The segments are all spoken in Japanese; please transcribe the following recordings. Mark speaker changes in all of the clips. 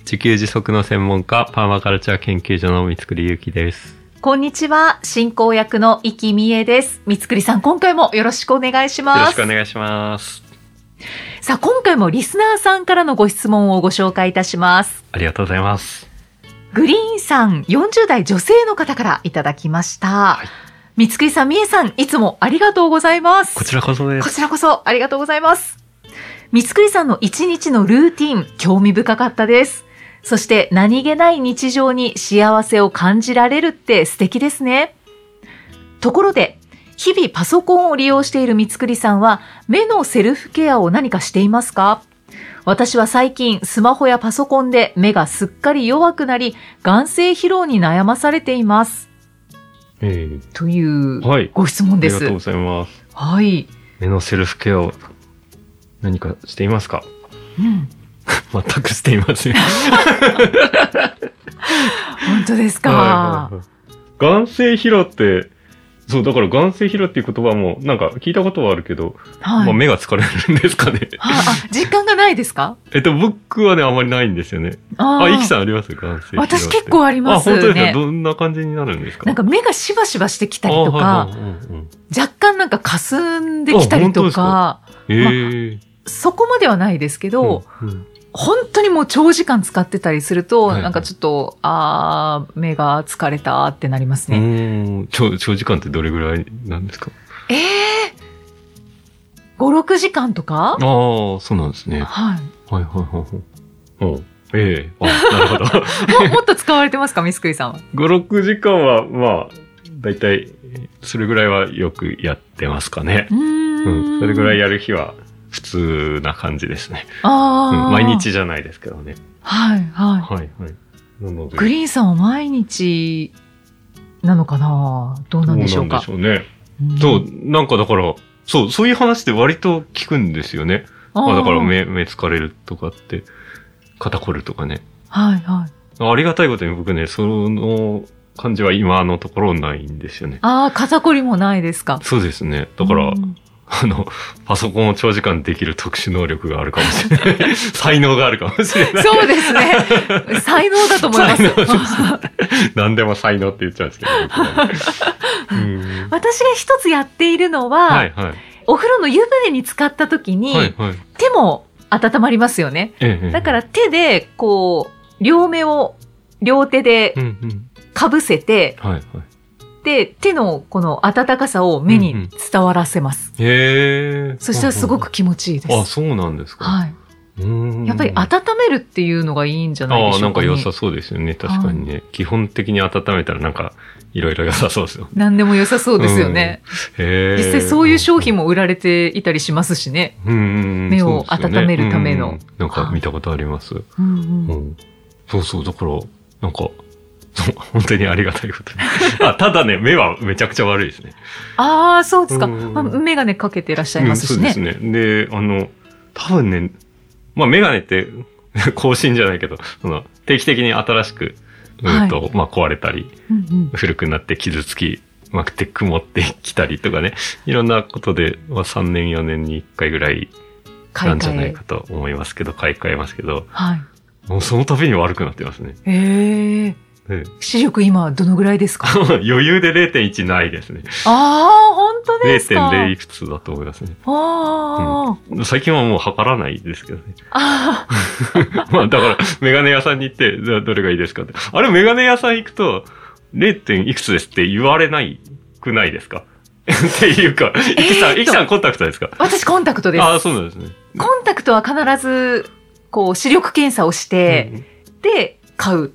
Speaker 1: 自給自足の専門家、パーマカルチャー研究所の三栗ゆきです。
Speaker 2: こんにちは進行役の生きみえです三栗さん今回もよろしくお願いし
Speaker 1: よろ
Speaker 2: ま
Speaker 1: し
Speaker 2: す
Speaker 1: くお願いします。
Speaker 2: さあ今回もリスナーさんからのご質問をご紹介いたします
Speaker 1: ありがとうございます。
Speaker 2: グリーンさん40代女性の方からいただきました、
Speaker 1: はい
Speaker 2: 三栗さんみえさんいつもありがとうございます
Speaker 1: こちらこそで
Speaker 2: こ
Speaker 1: す。
Speaker 2: ちらこそありがとうございます。三つくりさんの一日のルーティン、興味深かったです。そして何気ない日常に幸せを感じられるって素敵ですね。ところで、日々パソコンを利用している三つくりさんは、目のセルフケアを何かしていますか私は最近スマホやパソコンで目がすっかり弱くなり、眼性疲労に悩まされています。
Speaker 1: ええ
Speaker 2: という
Speaker 1: はい。
Speaker 2: ご質問
Speaker 1: あ
Speaker 2: で
Speaker 1: りがと
Speaker 2: す
Speaker 1: う。ございます。
Speaker 2: はい。
Speaker 1: 目のセルフケアを何かしていますか
Speaker 2: うん
Speaker 1: 全くしていません。
Speaker 2: 本当ですか。
Speaker 1: はいはいはい眼性疲労って、そう、だから眼性疲労っていう言葉も、なんか聞いたことはあるけど、
Speaker 2: はい。
Speaker 1: まあ
Speaker 2: はい
Speaker 1: 目が疲れるんですか ね。
Speaker 2: あ、実感がないですか
Speaker 1: えっと、僕はね、あまりないんですよね。
Speaker 2: あ
Speaker 1: あ、
Speaker 2: ー
Speaker 1: イキさんあります眼性疲労って。
Speaker 2: 私結構あり
Speaker 1: あ、
Speaker 2: ます
Speaker 1: 本当ですか
Speaker 2: ね。
Speaker 1: どんな感じになるんですか
Speaker 2: なんか目がしばしばしてきたりと
Speaker 1: あは
Speaker 2: か、
Speaker 1: いはいうんうん
Speaker 2: 若干なんか霞んできたりとか、
Speaker 1: ええ
Speaker 2: そこまではないですけど、
Speaker 1: うんうん
Speaker 2: 本当にもう長時間使ってたりすると、
Speaker 1: はいはい
Speaker 2: なんかちょっと、あー目が疲れたってなりますね。
Speaker 1: うーん長長時間ってどれぐらいなんですか
Speaker 2: ええー、5、6時間とか
Speaker 1: ああ、そうなんですね。は
Speaker 2: はい
Speaker 1: はいはいはい。うんええあ、なるほ ど。
Speaker 2: い。ももっと使われてますか、ミスクリさんは。
Speaker 1: 5、6時間は、まあ、だいたい、それぐらいはよくやってますかね。
Speaker 2: う
Speaker 1: う
Speaker 2: ー
Speaker 1: ん。
Speaker 2: ん。
Speaker 1: それぐらいやる日は、普通な感じですね。う
Speaker 2: あ
Speaker 1: ん
Speaker 2: ー
Speaker 1: 毎。日じゃないですけどね。
Speaker 2: はい、はい。
Speaker 1: はいはい。なので、
Speaker 2: グリーンさんは毎日なのかなどうなんでしょうか
Speaker 1: どうなんでしょうね。
Speaker 2: うん
Speaker 1: そう、なんかだから、そう、そういう話って割と聞くんですよね。
Speaker 2: あ
Speaker 1: ま
Speaker 2: ー
Speaker 1: あだから目、目疲れるとかって、肩こるとかね。
Speaker 2: はいはい。
Speaker 1: ありがたいことに僕ね、その感じは今のところないんですよね。
Speaker 2: ああ、肩こりもないですか。
Speaker 1: そうですね。だから、
Speaker 2: うん
Speaker 1: あの、パソコンを長時間できる特殊能力があるかもしれ ない。才能があるかもしれない。
Speaker 2: そうです ね。才能だと思います
Speaker 1: 才。能で何でも才能って言っちゃうんですけど僕はね。うん
Speaker 2: 私が一つやっているのは、
Speaker 1: はいはい。
Speaker 2: お風呂の湯船に浸かった時に、
Speaker 1: はいはい。
Speaker 2: 手も温まりますよね。
Speaker 1: ええ
Speaker 2: だから、手で、こう、両目を、両手で
Speaker 1: うんうん。
Speaker 2: かぶせて、
Speaker 1: はいはい。
Speaker 2: で、手のこの温かさを目
Speaker 1: うんう
Speaker 2: に
Speaker 1: ん
Speaker 2: 伝わらせます。
Speaker 1: へえ。
Speaker 2: そしたらすごく気持ちいいです。
Speaker 1: あ、そうなんですか。
Speaker 2: はい。
Speaker 1: うん
Speaker 2: やっぱり温めるっていうのがいいんじゃない
Speaker 1: あ
Speaker 2: で
Speaker 1: あ、
Speaker 2: しょ
Speaker 1: な
Speaker 2: うんか、
Speaker 1: か
Speaker 2: ね。
Speaker 1: 良さそうですよね。確かにね。基本的に温めたらなんか、いろいろ良さそうですよ。
Speaker 2: 何でも良さそうですよね。
Speaker 1: へえ。
Speaker 2: 実際そういう商品
Speaker 1: も、
Speaker 2: も売られていたりしますしね。
Speaker 1: うんうんうん
Speaker 2: 目を
Speaker 1: そうですよね
Speaker 2: 温めるための
Speaker 1: うんうんなんか見たことあります。
Speaker 2: うんう
Speaker 1: う
Speaker 2: ん
Speaker 1: ん。そうそう、だから、なんか、そう本当にありがたい ことに。あ、ただね、目はめちゃくちゃ悪いですね。
Speaker 2: ああ、そうですか。
Speaker 1: うんうんうん
Speaker 2: まあ、メガネかけてらっしゃいますし
Speaker 1: うん
Speaker 2: ね。
Speaker 1: そうですね。で、あの、多分ね、まあ、メガネって、 更新じゃないけど、その、定期的に新しく、うんと、まあ、壊れたり、
Speaker 2: うんうん
Speaker 1: 古くなって傷つきまくって曇ってきたりとかね、いろんなことで、まあ、3年4年に1回ぐらい
Speaker 2: 買
Speaker 1: ないんじゃ
Speaker 2: 替
Speaker 1: な
Speaker 2: え
Speaker 1: い。かと思いますけど、買い替えますけど、
Speaker 2: はい。
Speaker 1: もうその度に悪くなってますね。
Speaker 2: ええ
Speaker 1: で
Speaker 2: 視力今どのぐらいですか
Speaker 1: 余裕で0.1ないですね。
Speaker 2: ああ、本当ですか。
Speaker 1: 0.0いくつだと思いますね。
Speaker 2: あー
Speaker 1: 最近はもう測らないですけどね。
Speaker 2: あー。
Speaker 1: まあだから、メガネ屋さんに行って、じゃあどれがいいですかって。あれ、メガネ屋さん行くと、0. 点いくつですって言われないくないですか っていうか、いき
Speaker 2: えー
Speaker 1: さ
Speaker 2: っ
Speaker 1: ん、
Speaker 2: と
Speaker 1: いきさんコンタクトですか
Speaker 2: 私コンタクトです。
Speaker 1: ああ、そうなんですね。
Speaker 2: コンタクトは必ず、こう、視力検査をして、
Speaker 1: うん
Speaker 2: で、買う。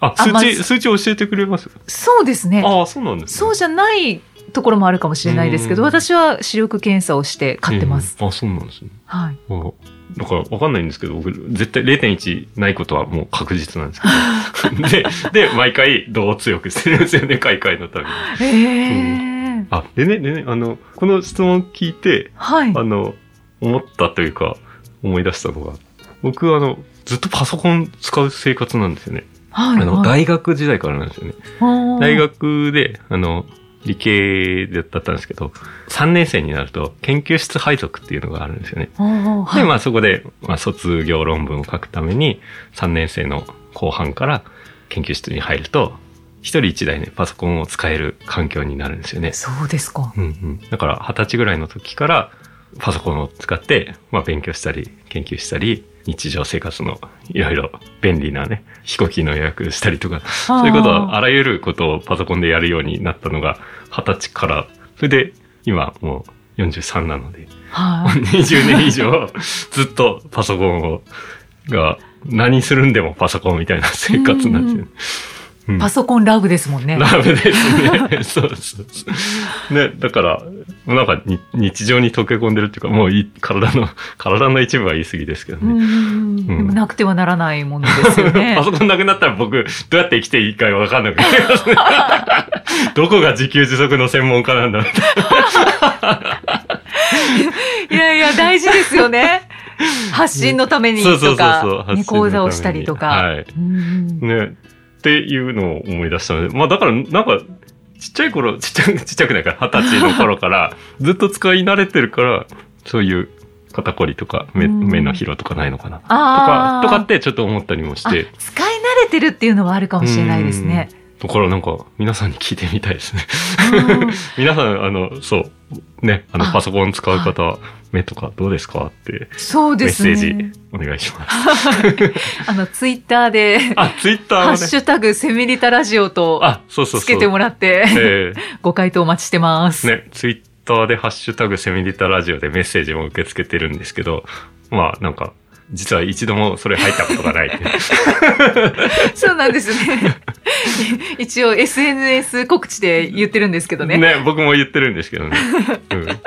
Speaker 1: あ、
Speaker 2: あ
Speaker 1: 数
Speaker 2: ま
Speaker 1: 値、
Speaker 2: ず
Speaker 1: 数値教えてくれます
Speaker 2: そうですね。
Speaker 1: ああ、そうなんですね。
Speaker 2: そうじゃないところもあるかもしれないですけど、
Speaker 1: うん
Speaker 2: 私は視力検査をして買ってます。
Speaker 1: うんあ、そうなんですね。
Speaker 2: はい。
Speaker 1: あだからわかんないんですけど、僕、絶対0.1ないことはもう確実なんです けど。で、で、毎回、度を強くしてるんですよね、買い替えのために。
Speaker 2: ええ
Speaker 1: あ、でね、でね、あの、この質問聞いて、
Speaker 2: はい。
Speaker 1: あの、思ったというか、思い出したのが、僕はあの、ずっとパソコン使う生活なんですよね。あ
Speaker 2: はい。
Speaker 1: の、
Speaker 2: はい
Speaker 1: 大学時代からなんですよね。大。学で、あの、理系だったんですけど、3年生になると研究室配属っていうのがあるんですよね。
Speaker 2: あーはい
Speaker 1: で、まあそこで、まあ、卒業論文を書くために、3年生の後半から研究室に入ると、一人一台ね、パソコンを使える環境になるんですよね。
Speaker 2: そうですか。
Speaker 1: うんうん、だから二十歳ぐらいの時からパソコンを使って、まあ、勉強したり研究したり日常生活のいろいろ便利なね飛行機の予約したりとか
Speaker 2: あー
Speaker 1: そういうことはあらゆることをパソコンでやるようになったのが二十歳からそれで今もう43なので
Speaker 2: はい。
Speaker 1: 20年以上ずっとパソコンをが何するんでもパソコンみたいな生活なんですよね。うん
Speaker 2: パソコンラブですもんね。
Speaker 1: ラブですね。そうそうそう。ね、だから、なんかに日常に溶け込んでるっていうか、もうい体の、体の一部は言い過ぎですけど
Speaker 2: う
Speaker 1: ね。
Speaker 2: ん
Speaker 1: うん
Speaker 2: なくてはならないものですよね
Speaker 1: パ。ソコンなくなったら僕、どうやって生きていいかわかんなくなりますね。 どこが自給自足の専門家なんだろうって
Speaker 2: いやいや、大事ですよ ね。発信のために
Speaker 1: そう
Speaker 2: と
Speaker 1: そうそう
Speaker 2: か
Speaker 1: そう、発信のため
Speaker 2: ね
Speaker 1: に
Speaker 2: 講座をしたりと
Speaker 1: は
Speaker 2: か
Speaker 1: い。
Speaker 2: うん
Speaker 1: ね、っていうのを思い出したので、まあだから、なんか、ちっちゃい頃、ちっちゃく、ちっちゃくないから、二十歳の頃から、 ずっと使い慣れてるから、そういう肩こりとか、目、
Speaker 2: うん
Speaker 1: 目の疲労とかないのかな。と
Speaker 2: あ
Speaker 1: か
Speaker 2: ー、
Speaker 1: とかってちょっと思ったりもし
Speaker 2: あ
Speaker 1: て。
Speaker 2: 使い慣れてるっていうのはあるかもしれないですね。
Speaker 1: だからなんか、皆さんに聞いてみたいですね。
Speaker 2: うん
Speaker 1: 皆さん、あの、そう、ね、あ
Speaker 2: あ
Speaker 1: の、パソコン使う方、目とかどうですかって、
Speaker 2: そう
Speaker 1: メ
Speaker 2: で
Speaker 1: ッ
Speaker 2: す
Speaker 1: セ
Speaker 2: ね。
Speaker 1: ージお願いします。
Speaker 2: あの、ツイッターで、
Speaker 1: あ、ツイッター
Speaker 2: ハ
Speaker 1: は
Speaker 2: ッ
Speaker 1: ね、
Speaker 2: シュタグセミリタラジオと
Speaker 1: あ、そうそうそう。
Speaker 2: つけてもらって、
Speaker 1: ええ
Speaker 2: ご回答お待ちしてます。
Speaker 1: ね、ツイッターでハッシュタグセミリタラジオでメッセージも受け付けてるんですけど、まあなんか、実は一度もそれ入ったこと がないっていう。
Speaker 2: そうなんですね。 一応 SNS 告知で言ってるんですけどね。
Speaker 1: ね、僕も言ってるんですけどね。うん。なんか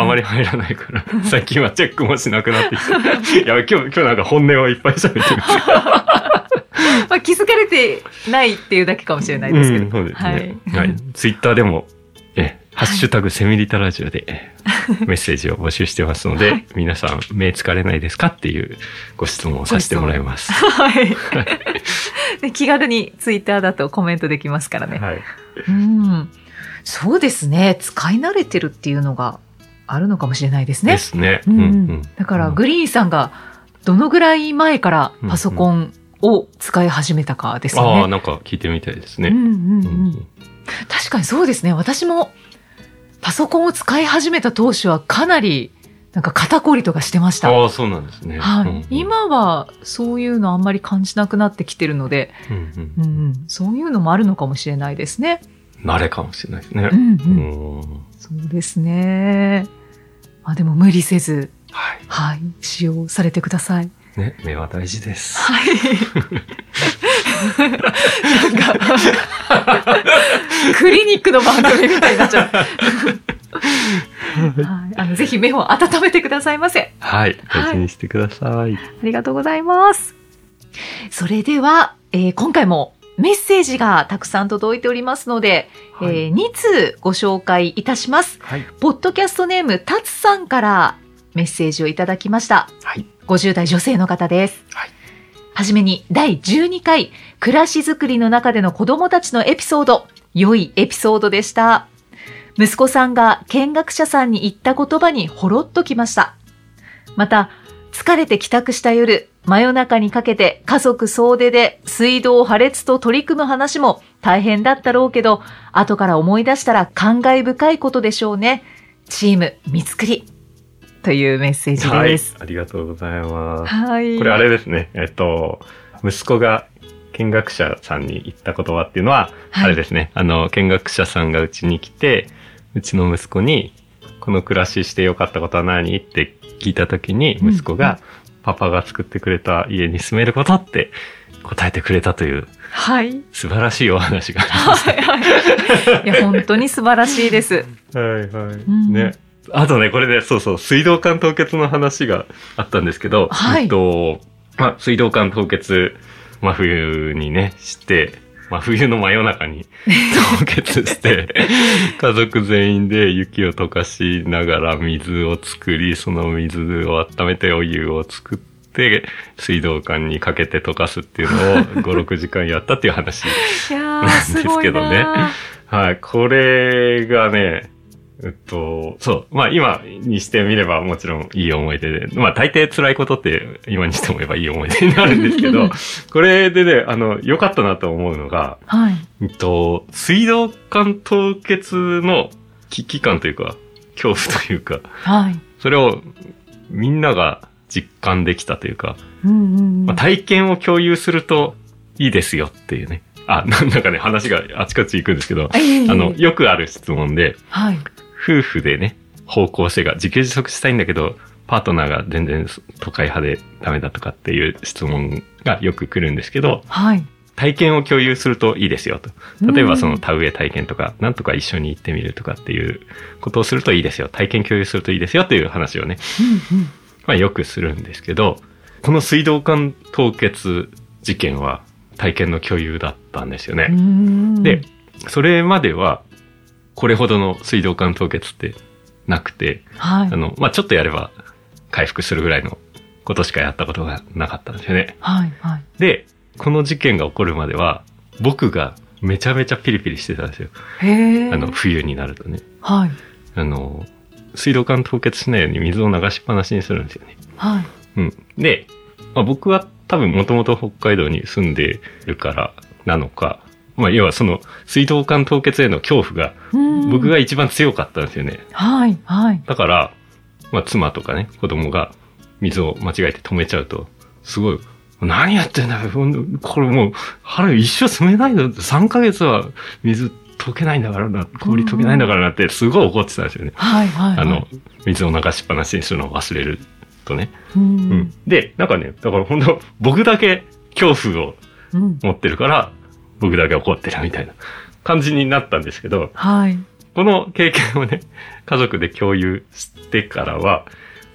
Speaker 1: あまり入らな いから、最近はチェックもしなくなってきて。いや、今日、今日なんか本音をいっぱい喋ってます。
Speaker 2: まあ、気づかれてないっていうだけかもしれないですけど。
Speaker 1: うん、そうですね。
Speaker 2: は
Speaker 1: はいい。ツイッターでも、え、ハッシュタグセミリタラジオ でえメッセージを募集してますので、皆さん目疲れないですかっていうご質問をさせてもらいます。
Speaker 2: はい。 で気軽にツイッターだとコメントできますからね。
Speaker 1: はい。
Speaker 2: うん。そうですね。使い慣れてるっていうのがあるのかもしれないですね
Speaker 1: で。すね。
Speaker 2: うんう
Speaker 1: うん
Speaker 2: ん。だから、グリーンさんがどのぐらい前からパソコンを使い始めたかですよね。
Speaker 1: ああ、なんか聞いてみたいです
Speaker 2: う
Speaker 1: ね。
Speaker 2: んうん
Speaker 1: う
Speaker 2: うん。確かにそうですね。私もパソコンを使い始めた当初はかなりなんか肩こりとかしてました。
Speaker 1: ああ、そうなんですね。
Speaker 2: はい、
Speaker 1: うんうん、
Speaker 2: 今はそういうのあんまり感じなくなってきてるので、
Speaker 1: うん
Speaker 2: う
Speaker 1: うんん、
Speaker 2: うん、そういうのもあるのかもしれないですね。
Speaker 1: 慣れかもしれないですね
Speaker 2: う。んうん
Speaker 1: うん
Speaker 2: そうですね。まあでも無理せず、
Speaker 1: は
Speaker 2: はい、使用されてください。
Speaker 1: い。ね、目は大事です。
Speaker 2: はい。なんか、クリニックの番組みたいになっ ちゃう。はい、あのぜひ目を温めてくださいませ。
Speaker 1: はい。
Speaker 2: はい
Speaker 1: 大事にしてください。
Speaker 2: ありがとうございます。それでは、えー今回もメッセージがたくさん届いておりますので、
Speaker 1: はい
Speaker 2: え2通ご紹介いたします。
Speaker 1: はい。
Speaker 2: ポッドキャストネーム、たつさんからメッセージをいただきました。
Speaker 1: はい。
Speaker 2: 50代女性の方です。
Speaker 1: はい。
Speaker 2: じめに、第12回、暮らしづくりの中での子供たちのエピソード、良いエピソードでした。息子さんが見学者さんに言った言葉にほろっときました。また、疲れて帰宅した夜、真夜中にかけて家族総出で水道破裂と取り組む話も大変だったろうけど、後から思い出したら感慨深いことでしょうね。チーム見つくり。というメッセージ
Speaker 1: はい
Speaker 2: です。。
Speaker 1: ありがとうございます。
Speaker 2: はい。
Speaker 1: これあれですね。えっと、息子が見学者さんに言った言葉っていうのは、
Speaker 2: はい
Speaker 1: あれですね。あの、見学者さんがうちに来て、うちの息子に、この暮らししてよかったことは何って聞いたときに、
Speaker 2: うん
Speaker 1: 息子が、パパが作ってくれた家に住めることって答えてくれたという
Speaker 2: はい。
Speaker 1: 素晴らしいお話が。
Speaker 2: いや、本当に素晴らしいです。
Speaker 1: はいはい。
Speaker 2: ん
Speaker 1: ね。あとね、これね、そうそう、水道管凍結の話があったんですけど、
Speaker 2: はい
Speaker 1: えっと、まあ、水道管凍結、真冬にね、して、真冬の真夜中 に凍結して、家族全員で雪を溶かしながら水を作り、その水を温めてお湯を作って、水道管にかけて溶かすっていうのを5、6時 間やったっていう話。
Speaker 2: いやー、
Speaker 1: なん です
Speaker 2: すごい
Speaker 1: けどね
Speaker 2: なー。
Speaker 1: はい、これがね、えっと、そう。まあ今にしてみればもちろんいい思い出で、まあ大抵辛いことって今にしても言えばいい思い出になるんです けど、これでね、あの、良かったなと思うのが、
Speaker 2: はい。
Speaker 1: えっと、水道管凍結の危機感というか、恐怖というか、
Speaker 2: はい。
Speaker 1: それをみんなが実感できたというか、
Speaker 2: うんうんう
Speaker 1: まあ、
Speaker 2: ん。
Speaker 1: 体験を共有するといいですよっていうね。あ、なんだかね、話があちこち行くんですけど、
Speaker 2: あいえいえいえ
Speaker 1: あの、よくある質問で、
Speaker 2: はい。
Speaker 1: 夫婦でね、方向性が、自給自足したいんだけど、パートナーが全然都会派でダメだとかっていう質問がよく来るんですけど、
Speaker 2: はい。
Speaker 1: 体験を共有するといいですよと。
Speaker 2: うん
Speaker 1: 例えばその田植え体験とか、なんとか一緒に行ってみるとかっていうことをするといいですよ。体験共有するといいですよという話をね、
Speaker 2: うんうん。
Speaker 1: まあよくするんですけど、この水道管凍結事件は体験の共有だったんですよね。
Speaker 2: うーん
Speaker 1: で、それまでは、これほどの水道管凍結ってなくて、
Speaker 2: はい
Speaker 1: あ。の、まあ、ちょっとやれば回復するぐらいのことしかやったことがなかったんですよね。
Speaker 2: はい、はい。
Speaker 1: で、この事件が起こるまでは、僕がめちゃめちゃピリピリしてたんですよ。
Speaker 2: へえ。
Speaker 1: あの、冬になるとね。
Speaker 2: はい。
Speaker 1: あの、水道管凍結しないように水を流しっぱなしにするんですよね。
Speaker 2: はい。
Speaker 1: うん。で、まあ、僕は多分もともと北海道に住んでるからなのか、まあ、要はその水道管凍結への恐怖が
Speaker 2: うん
Speaker 1: 僕が、一番強かったんですよね。
Speaker 2: はい、はい。
Speaker 1: だから、まあ、妻とかね、子供が水を間違えて止めちゃうと、すごい、何やってんだよ、ほんこれもう、春一生住めないぞ、3ヶ月は水溶けないんだからな、氷溶けないんだからなって、すごい怒ってたんですよね。
Speaker 2: はい、はい。
Speaker 1: あの、、水を流しっぱなしにするのを忘れるとね。
Speaker 2: う
Speaker 1: うんん。で、なんかね、だから本当僕だけ恐怖を
Speaker 2: うん。
Speaker 1: 持ってるから、僕だけ怒ってるみたいな感じになったんですけど、
Speaker 2: はい。
Speaker 1: この経験をね、 家族で共有してからは、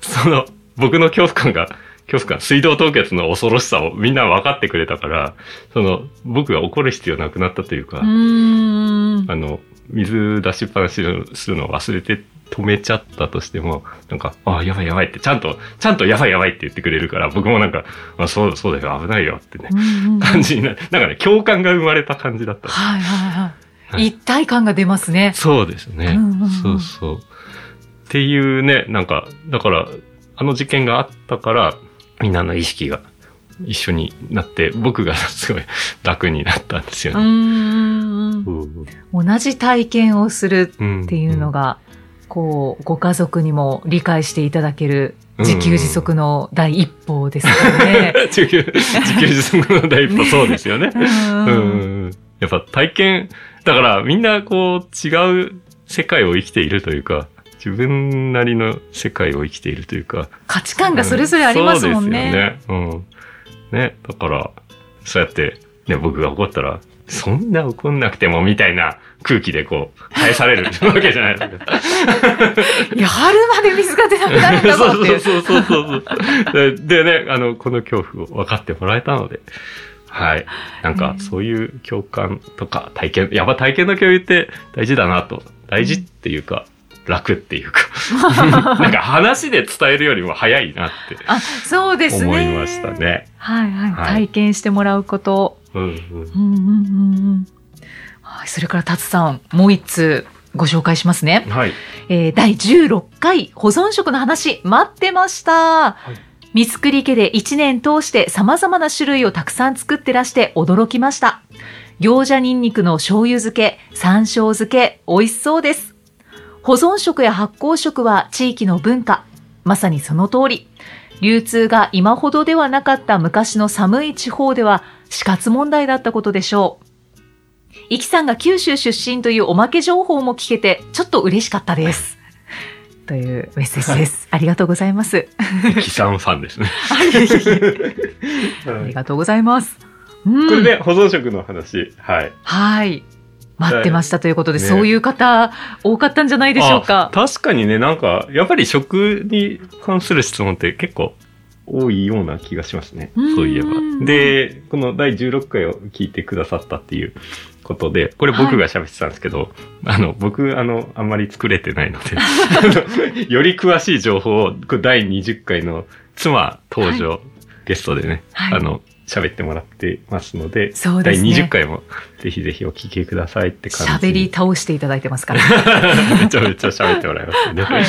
Speaker 1: その、僕の恐怖感が、恐怖感、水道凍結の恐ろしさをみんな分かってくれたから、その、僕が怒る必要なくなったというか、
Speaker 2: うーん。
Speaker 1: あの、水出しっぱなしをするのを忘れて止めちゃったとしても、なんか、ああ、やばいやばいって、ちゃんと、ちゃんとやばいやばいって言ってくれるから、僕もなんか、あそう、そうだよ、危ないよってね、
Speaker 2: うん
Speaker 1: 感じになる。なんかね、共感が生まれた感じだった。
Speaker 2: はい、は、
Speaker 1: はい
Speaker 2: はいい。一体感が出ますね。
Speaker 1: そうですね。
Speaker 2: うんうんうん
Speaker 1: そうそう。っていうね、なんか、だから、あの事件があったから、みんなの意識が一緒になって、僕が すごい楽になったんです
Speaker 2: う
Speaker 1: よね。
Speaker 2: ーん。同じ体験をする
Speaker 1: うん
Speaker 2: っていうの、が、こう、ご家族にも理解していただける自給自足の第一歩ですよね。
Speaker 1: うん自給自給自足の第一歩、 そうですよね。
Speaker 2: う
Speaker 1: うん
Speaker 2: ん。
Speaker 1: やっぱ体験、だからみんなこう違う世界を生きているというか、自分なりの世界を生きているというか、
Speaker 2: 価値観がそれぞれありますもんね。
Speaker 1: そうですよね。うん。ね、だから、そうやって、ね、僕が怒ったら、そんな怒んなくてもみたいな空気でこう、返されるわけじゃないですか。
Speaker 2: いや、春まで水が出なくなるんだぞ
Speaker 1: そ
Speaker 2: っ
Speaker 1: う
Speaker 2: てい
Speaker 1: そう
Speaker 2: う。
Speaker 1: そうそうそうそうで。でね、あの、この恐怖を分かってもらえたので、はい。なんか、
Speaker 2: ね
Speaker 1: そういう共感とか体験、やっぱ体験の共有って大事だなと。大事っていうか、楽っていうか、 なんか話で伝えるよりも早いなっ
Speaker 2: あ、そうで
Speaker 1: て
Speaker 2: すね。
Speaker 1: 思いました。ね。
Speaker 2: はいはい。
Speaker 1: はい
Speaker 2: 体験してもらうこと。
Speaker 1: うんうん。
Speaker 2: うんうんうんうん。はい。それから、達さん、もう一通ご紹介しますね。
Speaker 1: はい。
Speaker 2: えー、第16回保存食の話、待ってました。三つくり家で1年通して様々な種類をたくさん作ってらして驚きました。餃子ニンニクの醤油漬け、山椒漬け、美味しそうです。保存食や発酵食は地域の文化。まさにその通り。流通が今ほどではなかった昔の寒い地方では死活問題だったことでしょう。イキさんが九州出身というおまけ情報も聞けて、ちょっと嬉しかったです。 というメッセージ です。ありがとうございます。
Speaker 1: キさんファンですね。
Speaker 2: ありがとうございます。うん
Speaker 1: これで保存食の話。はい。
Speaker 2: はい。待ってましたということで、
Speaker 1: ね
Speaker 2: そういう方、多かったんじゃないでしょうか
Speaker 1: あ。確かにね、なんか、やっぱり食に関する質問って結構多いような気がしますね。
Speaker 2: うん
Speaker 1: そういえば
Speaker 2: うん。
Speaker 1: で、この第16回を聞いてくださったっていうことで、これ僕が喋ってたんですけど、あの、僕、あの、あんまり作れてないので、 あのより詳しい情報を、これ第20回の妻登場、ゲストでね、
Speaker 2: はい
Speaker 1: あの、喋ってもらってますので、
Speaker 2: そうですね
Speaker 1: 第20回もぜひぜひお聞きくださいって感じ
Speaker 2: 喋
Speaker 1: で
Speaker 2: り倒していただいてますから。
Speaker 1: めちゃめちゃ喋ってもらいますね。
Speaker 2: はい。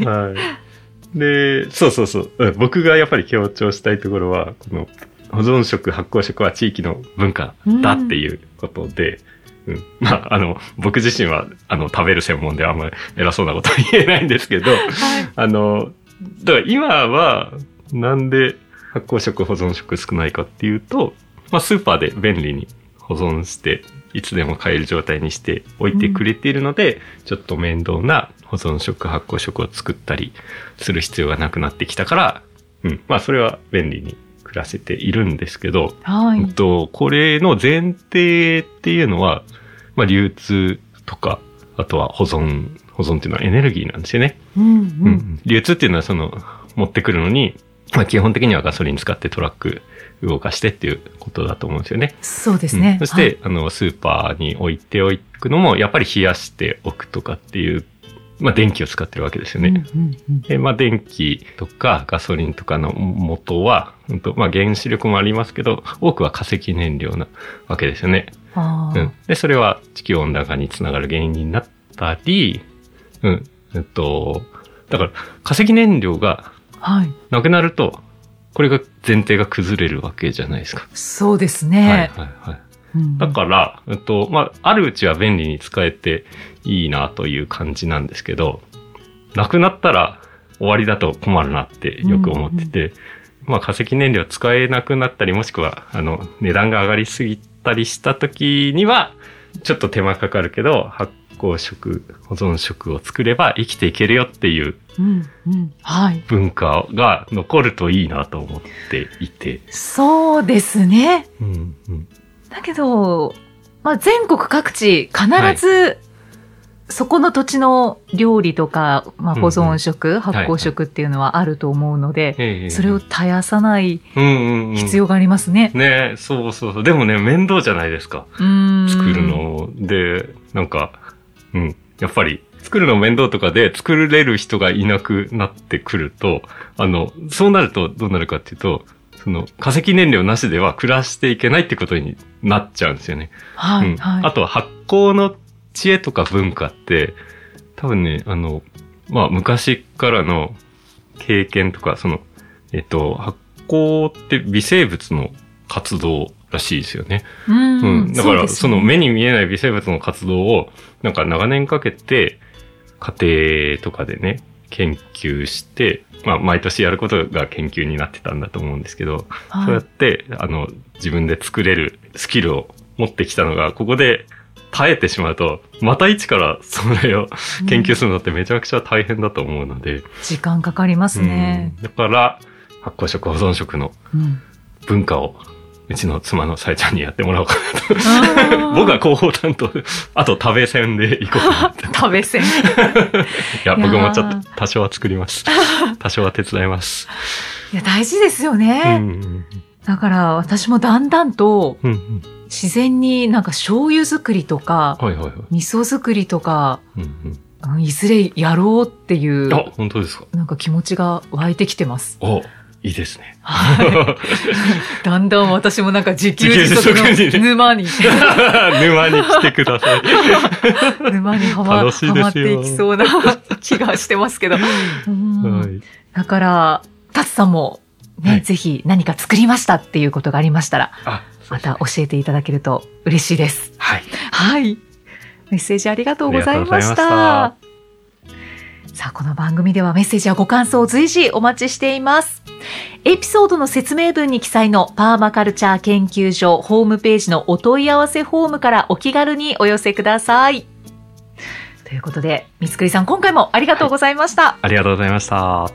Speaker 2: はい。
Speaker 1: はい。で、そうそうそう。うん僕がやっぱり強調したいところは、この保存食、発酵食は地域の文化だっていうことで、うんまあ、あの、僕自身は、あの、食べる専門であんまり偉そうなことは言えないんですけど、あの、だから今は、なんで発酵食、保存食少ないかっていうと、まあ、スーパーで便利に保存して、いつでも買える状態にしておいてくれているので、ちょっと面倒な保存食、発酵食を作ったりする必要がなくなってきたから、うん、まあ、それは便利に暮らせているんですけど、
Speaker 2: は
Speaker 1: うん
Speaker 2: い。
Speaker 1: と、これの前提っていうのは、まあ、流通とか、あとは保存、保存っていうのはエネルギーなんですよね。
Speaker 2: うん
Speaker 1: う
Speaker 2: うん
Speaker 1: ん流通っていうのはその、持ってくるのに、まあ、基本的にはガソリン使ってトラック動かしてっていうことだと思うんですよね。
Speaker 2: そうですね。
Speaker 1: うんそして、あの、スーパーに置いておくのも、やっぱり冷やしておくとかっていう、まあ、電気を使ってるわけですよ
Speaker 2: はい、
Speaker 1: ね。
Speaker 2: うんうんうん
Speaker 1: で、まあ、電気とかガソリンとかの元は、うんとまあ、原子力もありますけど、多くは化石燃料なわけですよね。
Speaker 2: あ
Speaker 1: うん
Speaker 2: ー、
Speaker 1: で、それは地球温暖化につながる原因になったり、うん、えっと、だから化石燃料が
Speaker 2: はい。
Speaker 1: なくなると、これが前提が崩れるわけじゃないですか。
Speaker 2: そうです
Speaker 1: はい
Speaker 2: ね。
Speaker 1: はいはい。
Speaker 2: うん
Speaker 1: だから、えっと、まあ、あるうちは便利に使えていいなという感じなんですけど、なくなったら終わりだと困るなってよく思ってて、まあ、化石燃料使えなくなったり、もしくは、あの、値段が上がりすぎたりした時には、ちょっと手間かかるけど、発酵食、保存食を作れば生きていけるよっていう
Speaker 2: うんうんはい。
Speaker 1: 文化が残るといいなと思っていて。
Speaker 2: そうですね。
Speaker 1: うんうん
Speaker 2: だけど、まあ、全国各地必ず、そこの土地の料理とか、まあ、保存食、発酵食っていうのはあると思うので、
Speaker 1: ええ
Speaker 2: それを絶やさない
Speaker 1: うんうんうん
Speaker 2: 必要がありますね。
Speaker 1: ねそうそうそう。でもね、面倒じゃないですか。
Speaker 2: うん
Speaker 1: 作る。の。で、なんか、うん。やっぱり、作るの面倒とかで、作れる人がいなくなってくると、あの、そうなるとどうなるかっていうと、その、化石燃料なしでは暮らしていけないってことになっちゃうんですよね。
Speaker 2: は
Speaker 1: う
Speaker 2: い、
Speaker 1: ん
Speaker 2: はい。
Speaker 1: あとは発酵の知恵とか文化って、多分ね、あの、まあ昔からの経験とか、その、えっと、発酵って微生物の活動らしいですよね。
Speaker 2: う
Speaker 1: うん。
Speaker 2: ん
Speaker 1: だから、
Speaker 2: う
Speaker 1: そ
Speaker 2: ですね
Speaker 1: の目に見えない微生物の活動を、なんか長年かけて、家庭とかでね、研究して、まあ毎年やることが研究になってたんだと思うんですけど、
Speaker 2: はい
Speaker 1: そうやって、あの、自分で作れるスキルを持ってきたのが、ここで耐えてしまうと、また一からそれを研究するのってめちゃくちゃ大変だと思うので、
Speaker 2: 時間かかりますね。
Speaker 1: うんだから、発酵食、保存食の
Speaker 2: うん
Speaker 1: 文化を、うちの妻のさえちゃんにやってもらおうか
Speaker 2: あ
Speaker 1: なと。
Speaker 2: ー
Speaker 1: 僕は広報担当、あと食べ線で行こうかなって。い
Speaker 2: 食べ せん。
Speaker 1: や、
Speaker 2: いやー
Speaker 1: 僕もちょっと多少は作り ます。多少は手伝います。
Speaker 2: いや、大事ですよ
Speaker 1: うんう
Speaker 2: ね。
Speaker 1: ん
Speaker 2: だから、私もだんだんと、
Speaker 1: うん。うん
Speaker 2: 自然になんか醤油作りとか、
Speaker 1: うん。はいはいはい。
Speaker 2: 味噌作りとか、
Speaker 1: うん
Speaker 2: うんいずれやろうっていう
Speaker 1: うん、、あ、本当ですか。
Speaker 2: なんか気持ちが湧いてきてます。
Speaker 1: お、いいですね。
Speaker 2: だんだん私もなんか自給自足
Speaker 1: 自給自足
Speaker 2: の
Speaker 1: に
Speaker 2: 沼 に、
Speaker 1: 沼に来てください。
Speaker 2: 沼にはま
Speaker 1: 楽しい
Speaker 2: は
Speaker 1: ですよ
Speaker 2: まっていきそうな 気がしてますけ ど。うん
Speaker 1: はい。
Speaker 2: だから、タツさんも、ね
Speaker 1: はい
Speaker 2: ぜひ何か作りましたっていうことがありましたら、
Speaker 1: あ、そ
Speaker 2: ま
Speaker 1: う
Speaker 2: た教えていただけると嬉しいです。
Speaker 1: はい。
Speaker 2: はい。メッセージありがとうございました。
Speaker 1: あ
Speaker 2: さあ、この番組ではメッセージやご感想を随時お待ちしています。エピソードの説明文に記載のパーマカルチャー研究所ホームページのお問い合わせフォームからお気軽にお寄せください。ということで、三つくりさん今回もありがとうございました。
Speaker 1: ありがとうございました。